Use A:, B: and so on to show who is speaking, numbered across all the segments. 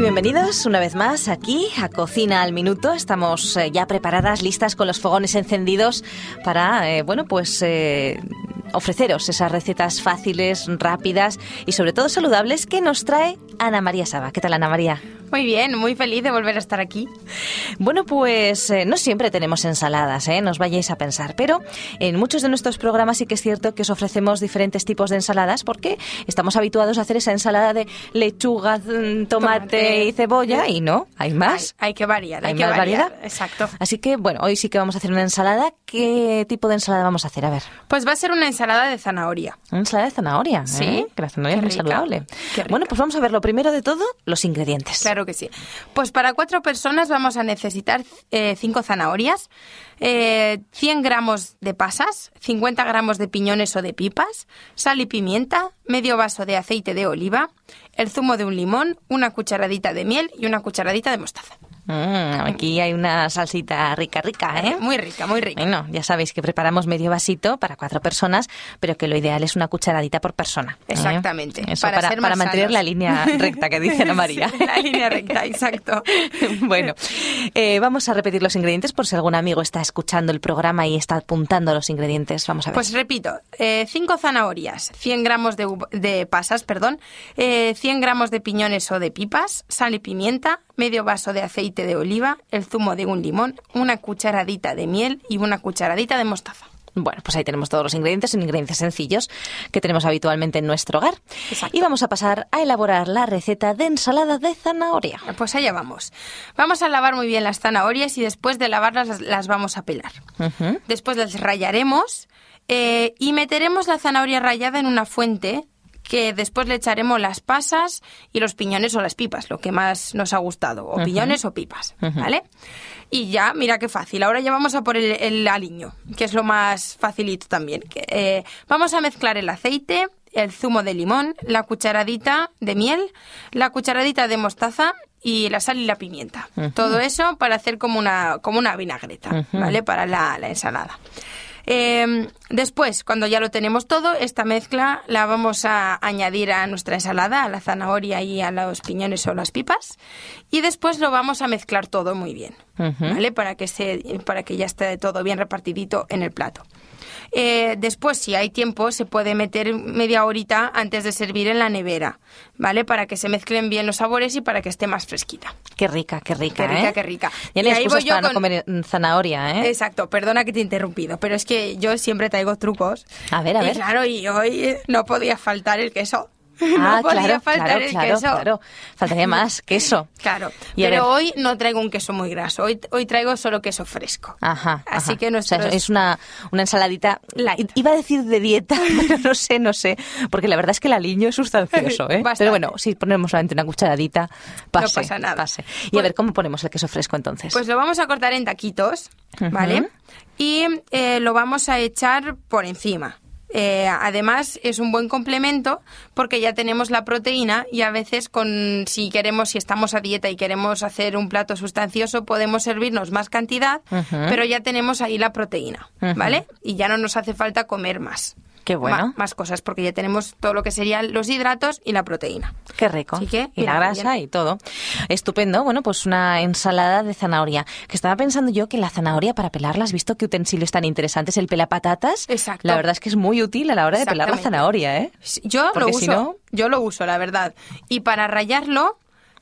A: bienvenidas una vez más aquí a Cocina al Minuto. Estamos eh, ya preparadas, listas con los fogones encendidos para, eh, bueno, pues eh, ofreceros esas recetas fáciles, rápidas y sobre todo saludables que nos trae Ana María Saba. ¿Qué tal, Ana María?
B: Muy bien, muy feliz de volver a estar aquí.
A: Bueno, pues eh, no siempre tenemos ensaladas, ¿eh? no os vayáis a pensar, pero en muchos de nuestros programas sí que es cierto que os ofrecemos diferentes tipos de ensaladas porque estamos habituados a hacer esa ensalada de lechuga, mm, tomate,
B: Tomate.
A: y cebolla y no, hay más.
B: Hay, hay que variar, hay,
A: ¿Hay
B: que
A: más
B: variar.
A: variedad?
B: Exacto.
A: Así que bueno, hoy sí que vamos a hacer una ensalada. ¿Qué tipo de ensalada vamos a hacer? A ver,
B: Pues va a ser una ensalada de zanahoria.
A: una ensalada de zanahoria.
B: Sí,
A: ¿eh? Que la zanahoria es
B: qué
A: muy
B: rica,
A: saludable.
B: qué rica.
A: Bueno, pues vamos a ver lo primero de todo, los ingredientes.
B: Claro que sí. Pues para cuatro personas vamos a necesitar eh, cinco zanahorias, eh, 100 gramos de pasas, 50 gramos de piñones o de pipas, sal y pimienta, medio vaso de aceite de oliva, el zumo de un limón, una cucharadita de miel y una cucharadita de mostaza.
A: Mm, aquí hay una salsita rica, rica, ¿eh?
B: Muy rica, muy rica.
A: Bueno, ya sabéis que preparamos medio vasito para cuatro personas, pero que lo ideal es una cucharadita por persona. ¿eh?
B: Exactamente,
A: Eso para,
B: para ser más
A: para mantener
B: sanos.
A: la línea recta que dice Ana María.
B: Sí, la línea recta, exacto.
A: Bueno, eh, vamos a repetir los ingredientes por si algún amigo está escuchando el programa y está apuntando los ingredientes. Vamos a ver.
B: Pues repito, 5 zanahorias, 100 gramos de, uva- de pasas, perdón, eh, 100 gramos de piñones o de pipas, sal y pimienta, medio vaso de aceite de oliva, el zumo de un limón, una cucharadita de miel y una cucharadita de mostaza.
A: Bueno, pues ahí tenemos todos los ingredientes, son ingredientes sencillos que tenemos habitualmente en nuestro hogar.
B: Exacto.
A: Y vamos a pasar a elaborar la receta de ensalada de zanahoria.
B: Pues allá vamos. Vamos a lavar muy bien las zanahorias y después de lavarlas las- las vamos a pelar.
A: Ujú.
B: Después las rayaremos eh, y meteremos la zanahoria rallada en una fuente que después le echaremos las pasas y los piñones o las pipas, lo que más nos ha gustado, o piñones o pipas, ¿vale? Y ya, mira qué fácil, ahora ya vamos a por el, el aliño, que es lo más facilito también. que, eh, vamos a mezclar el aceite, el zumo de limón, la cucharadita de miel, la cucharadita de mostaza y la sal y la pimienta. Todo eso para hacer como una, como una vinagreta, ¿vale? Para la, la ensalada. Eh, después, cuando ya lo tenemos todo, esta mezcla la vamos a añadir a nuestra ensalada, a la zanahoria y a los piñones o las pipas. Y después lo vamos a mezclar todo muy bien, ¿vale? Para que, se, para que ya esté todo bien repartidito en el plato. Eh, después, si hay tiempo, se puede meter media horita antes de servir en la nevera, ¿vale? Para que se mezclen bien los sabores y para que esté más fresquita.
A: Qué rica, qué rica.
B: Qué rica,
A: ¿eh?
B: qué rica.
A: Ya
B: Y
A: no hay
B: ahí
A: excusas
B: voy yo
A: para no
B: con-
A: comer mm, zanahoria, ¿eh?
B: Exacto, perdona que te he interrumpido, pero es que yo siempre traigo trucos.
A: A ver, a
B: Y
A: ver.
B: claro, y hoy eh, no podía faltar el queso.
A: Ah,
B: no podía
A: claro,
B: faltar
A: claro,
B: el
A: claro,
B: queso.
A: claro. Faltaría más queso.
B: Claro,
A: Y a
B: pero
A: ver.
B: hoy no traigo un queso muy graso, hoy, hoy traigo solo queso fresco.
A: Ajá.
B: Así
A: ajá.
B: que nuestro
A: O sea, es una, una ensaladita. i- Iba a decir de dieta, pero no sé, no sé. Porque la verdad es que el aliño es sustancioso, ¿eh?
B: Bastante.
A: Pero bueno, si ponemos solamente una cucharadita, pase.
B: pasa nada.
A: pase. Y a
B: Bueno.
A: ver, ¿cómo ponemos el queso fresco entonces?
B: Pues lo vamos a cortar en taquitos, ¿vale? Y eh, lo vamos a echar por encima. Eh, además es un buen complemento porque ya tenemos la proteína y a veces con si queremos si estamos a dieta y queremos hacer un plato sustancioso podemos servirnos más cantidad pero ya tenemos ahí la proteína
A: Ujú.
B: vale y ya no nos hace falta comer más
A: Qué bueno.
B: Ma- más cosas porque ya tenemos todo lo que serían los hidratos y la proteína
A: Qué rico.
B: Así que,
A: y la
B: mira,
A: grasa
B: bien.
A: y todo. Estupendo. Bueno, pues una ensalada de zanahoria. Que estaba pensando yo que la zanahoria para pelarla, has visto qué utensilios tan interesantes. El pelapatatas.
B: Exacto.
A: La verdad es que es muy útil a la hora de pelar la
B: Exactamente.
A: zanahoria, ¿eh?
B: Sí, Yo lo
A: Porque
B: uso,
A: si no-
B: yo lo uso, la verdad. Y para rayarlo,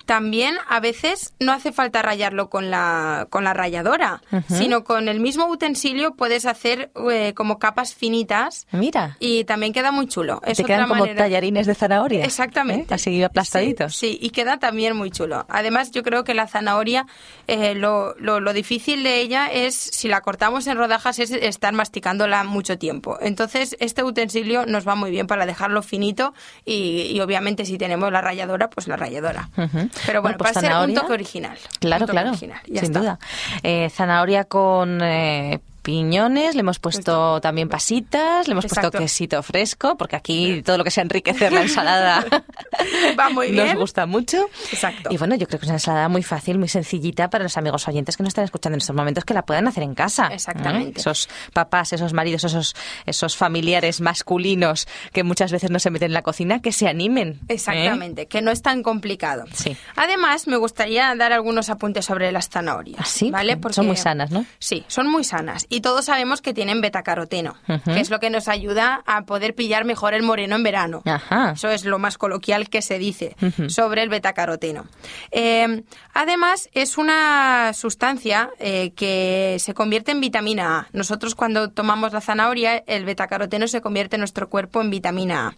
B: también a veces no hace falta rayarlo con la, con la ralladora, sino con el mismo utensilio puedes hacer eh, como capas finitas
A: Mira.
B: y también queda muy chulo. Es
A: Te quedan
B: otra
A: como
B: manera-
A: tallarines de zanahoria.
B: Exactamente.
A: ¿eh? Así aplastaditos.
B: Sí, sí, y queda también muy chulo. Además, yo creo que la zanahoria, eh, lo, lo- lo difícil de ella es, si la cortamos en rodajas, es estar masticándola mucho tiempo. Entonces, este utensilio nos va muy bien para dejarlo finito y, y obviamente si tenemos la ralladora, pues la ralladora.
A: Ujú.
B: Pero
A: Bueno,
B: bueno,
A: pues
B: para ser un
A: zanahoria.
B: toque original.
A: Claro,
B: un toque
A: claro.
B: original. Ya
A: sin
B: está.
A: duda. Eh, zanahoria con eh, piñones, le hemos puesto
B: Puesto.
A: también pasitas, le hemos
B: Pues Exacto.
A: puesto quesito fresco, porque aquí todo lo que sea enriquecer la ensalada
B: Va muy
A: nos
B: bien.
A: gusta mucho.
B: Exacto.
A: Y bueno, yo creo que es una ensalada muy fácil, muy sencillita para los amigos oyentes que nos están escuchando en estos momentos, que la puedan hacer en casa.
B: Exactamente.
A: ¿Mm? Esos papás, esos maridos, esos, esos familiares masculinos que muchas veces no se meten en la cocina, que se animen. ¿eh?
B: Exactamente, que no es tan complicado.
A: Sí.
B: Además, me gustaría dar algunos apuntes sobre las zanahorias.
A: Ah, sí,
B: ¿vale?
A: porque son muy sanas, ¿no?
B: Sí, son muy sanas. Y todos sabemos que tienen betacaroteno,
A: Ujú.
B: que es lo que nos ayuda a poder pillar mejor el moreno en verano.
A: Ajá.
B: Eso es lo más coloquial que se dice
A: Ah. Ujú.
B: sobre el betacaroteno. Eh, además, es una sustancia eh, que se convierte en vitamina A. Nosotros cuando tomamos la zanahoria, el betacaroteno se convierte en nuestro cuerpo en vitamina A.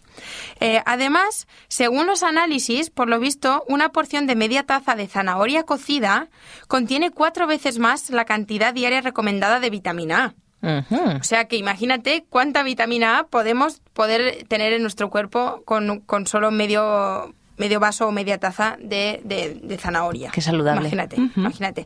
B: Eh, además, según los análisis, por lo visto, una porción de media taza de zanahoria cocida contiene cuatro veces más la cantidad diaria recomendada de vitamina A.
A: Ujú.
B: O sea que imagínate cuánta vitamina A podemos poder tener en nuestro cuerpo con, con solo medio, medio vaso o media taza de, de- de zanahoria.
A: Qué saludable.
B: Imagínate,
A: Ujú.
B: imagínate.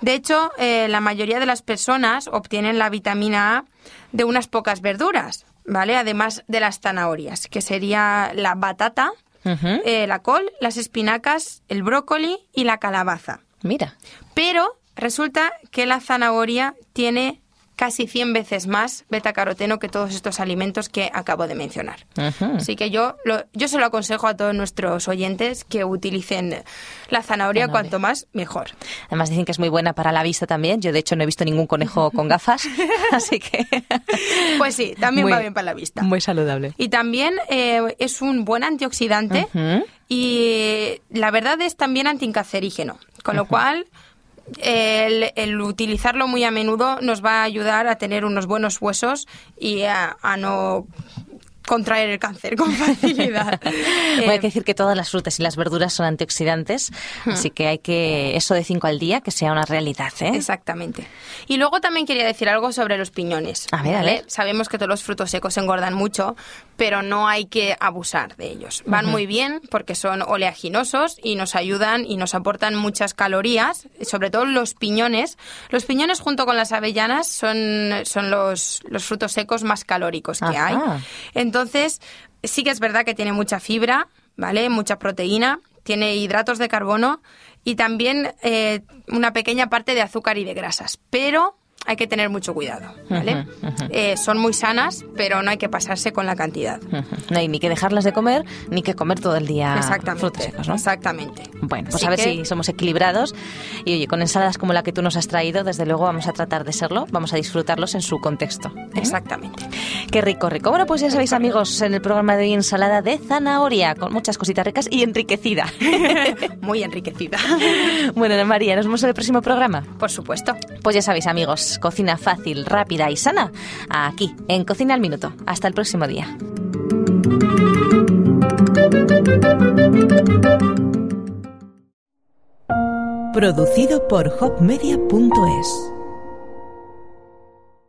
B: De hecho, eh, la mayoría de las personas obtienen la vitamina A de unas pocas verduras, ¿vale? Además de las zanahorias, que sería la batata,
A: Ujú.
B: eh, la col, las espinacas, el brócoli y la calabaza.
A: Mira.
B: Pero resulta que la zanahoria tiene casi 100 veces más betacaroteno que todos estos alimentos que acabo de mencionar.
A: Ujú.
B: Así que yo, lo- yo se lo aconsejo a todos nuestros oyentes que utilicen la zanahoria
A: Zanahoria.
B: cuanto más mejor.
A: Además dicen que es muy buena para la vista también. Yo de hecho no he visto ningún conejo con gafas, así que
B: Pues sí, también
A: Muy-
B: va bien para la vista.
A: muy saludable.
B: Y también eh, es un buen antioxidante
A: Ujú.
B: y la verdad es también anticancerígeno, con lo cual el, el utilizarlo muy a menudo nos va a ayudar a tener unos buenos huesos y a, a no contraer el cáncer con facilidad.
A: Bueno, hay
B: Eh,
A: que decir que todas las frutas y las verduras son antioxidantes, así que hay que eso de 5 al día que sea una realidad, ¿eh?
B: Exactamente. Y luego también quería decir algo sobre los piñones.
A: A ver, a
B: ¿vale?
A: ver.
B: Sabemos que todos los frutos secos engordan mucho, pero no hay que abusar de ellos. Van muy bien porque son oleaginosos y nos ayudan y nos aportan muchas calorías, sobre todo los piñones. Los piñones junto con las avellanas son, son los, los frutos secos más calóricos que
A: Ajá.
B: hay. Entonces, sí que es verdad que tiene mucha fibra, ¿vale? Mucha proteína, tiene hidratos de carbono y también eh, una pequeña parte de azúcar y de grasas. Pero hay que tener mucho cuidado, ¿vale?
A: Ujú, ujú.
B: Eh, son muy sanas, pero no hay que pasarse con la cantidad.
A: Ujú. No hay ni que dejarlas de comer ni que comer todo el día
B: Exactamente.
A: frutos secos, Ah, ¿no?
B: Exactamente.
A: Bueno, pues
B: Así
A: a ver
B: que-
A: si somos equilibrados. Y oye, con ensaladas como la que tú nos has traído, desde luego vamos a tratar de serlo, vamos a disfrutarlos en su contexto. ¿eh?
B: Exactamente.
A: Qué rico, rico. Bueno, pues ya sabéis, amigos, en el programa de hoy ensalada de zanahoria, con muchas cositas ricas y enriquecida.
B: Muy enriquecida.
A: bueno, Ana María, nos vemos en el próximo programa.
B: Por supuesto.
A: Pues ya sabéis, amigos, cocina fácil, rápida y sana, aquí, en Cocina al Minuto. Hasta el próximo día.
C: Producido por hopmedia.es.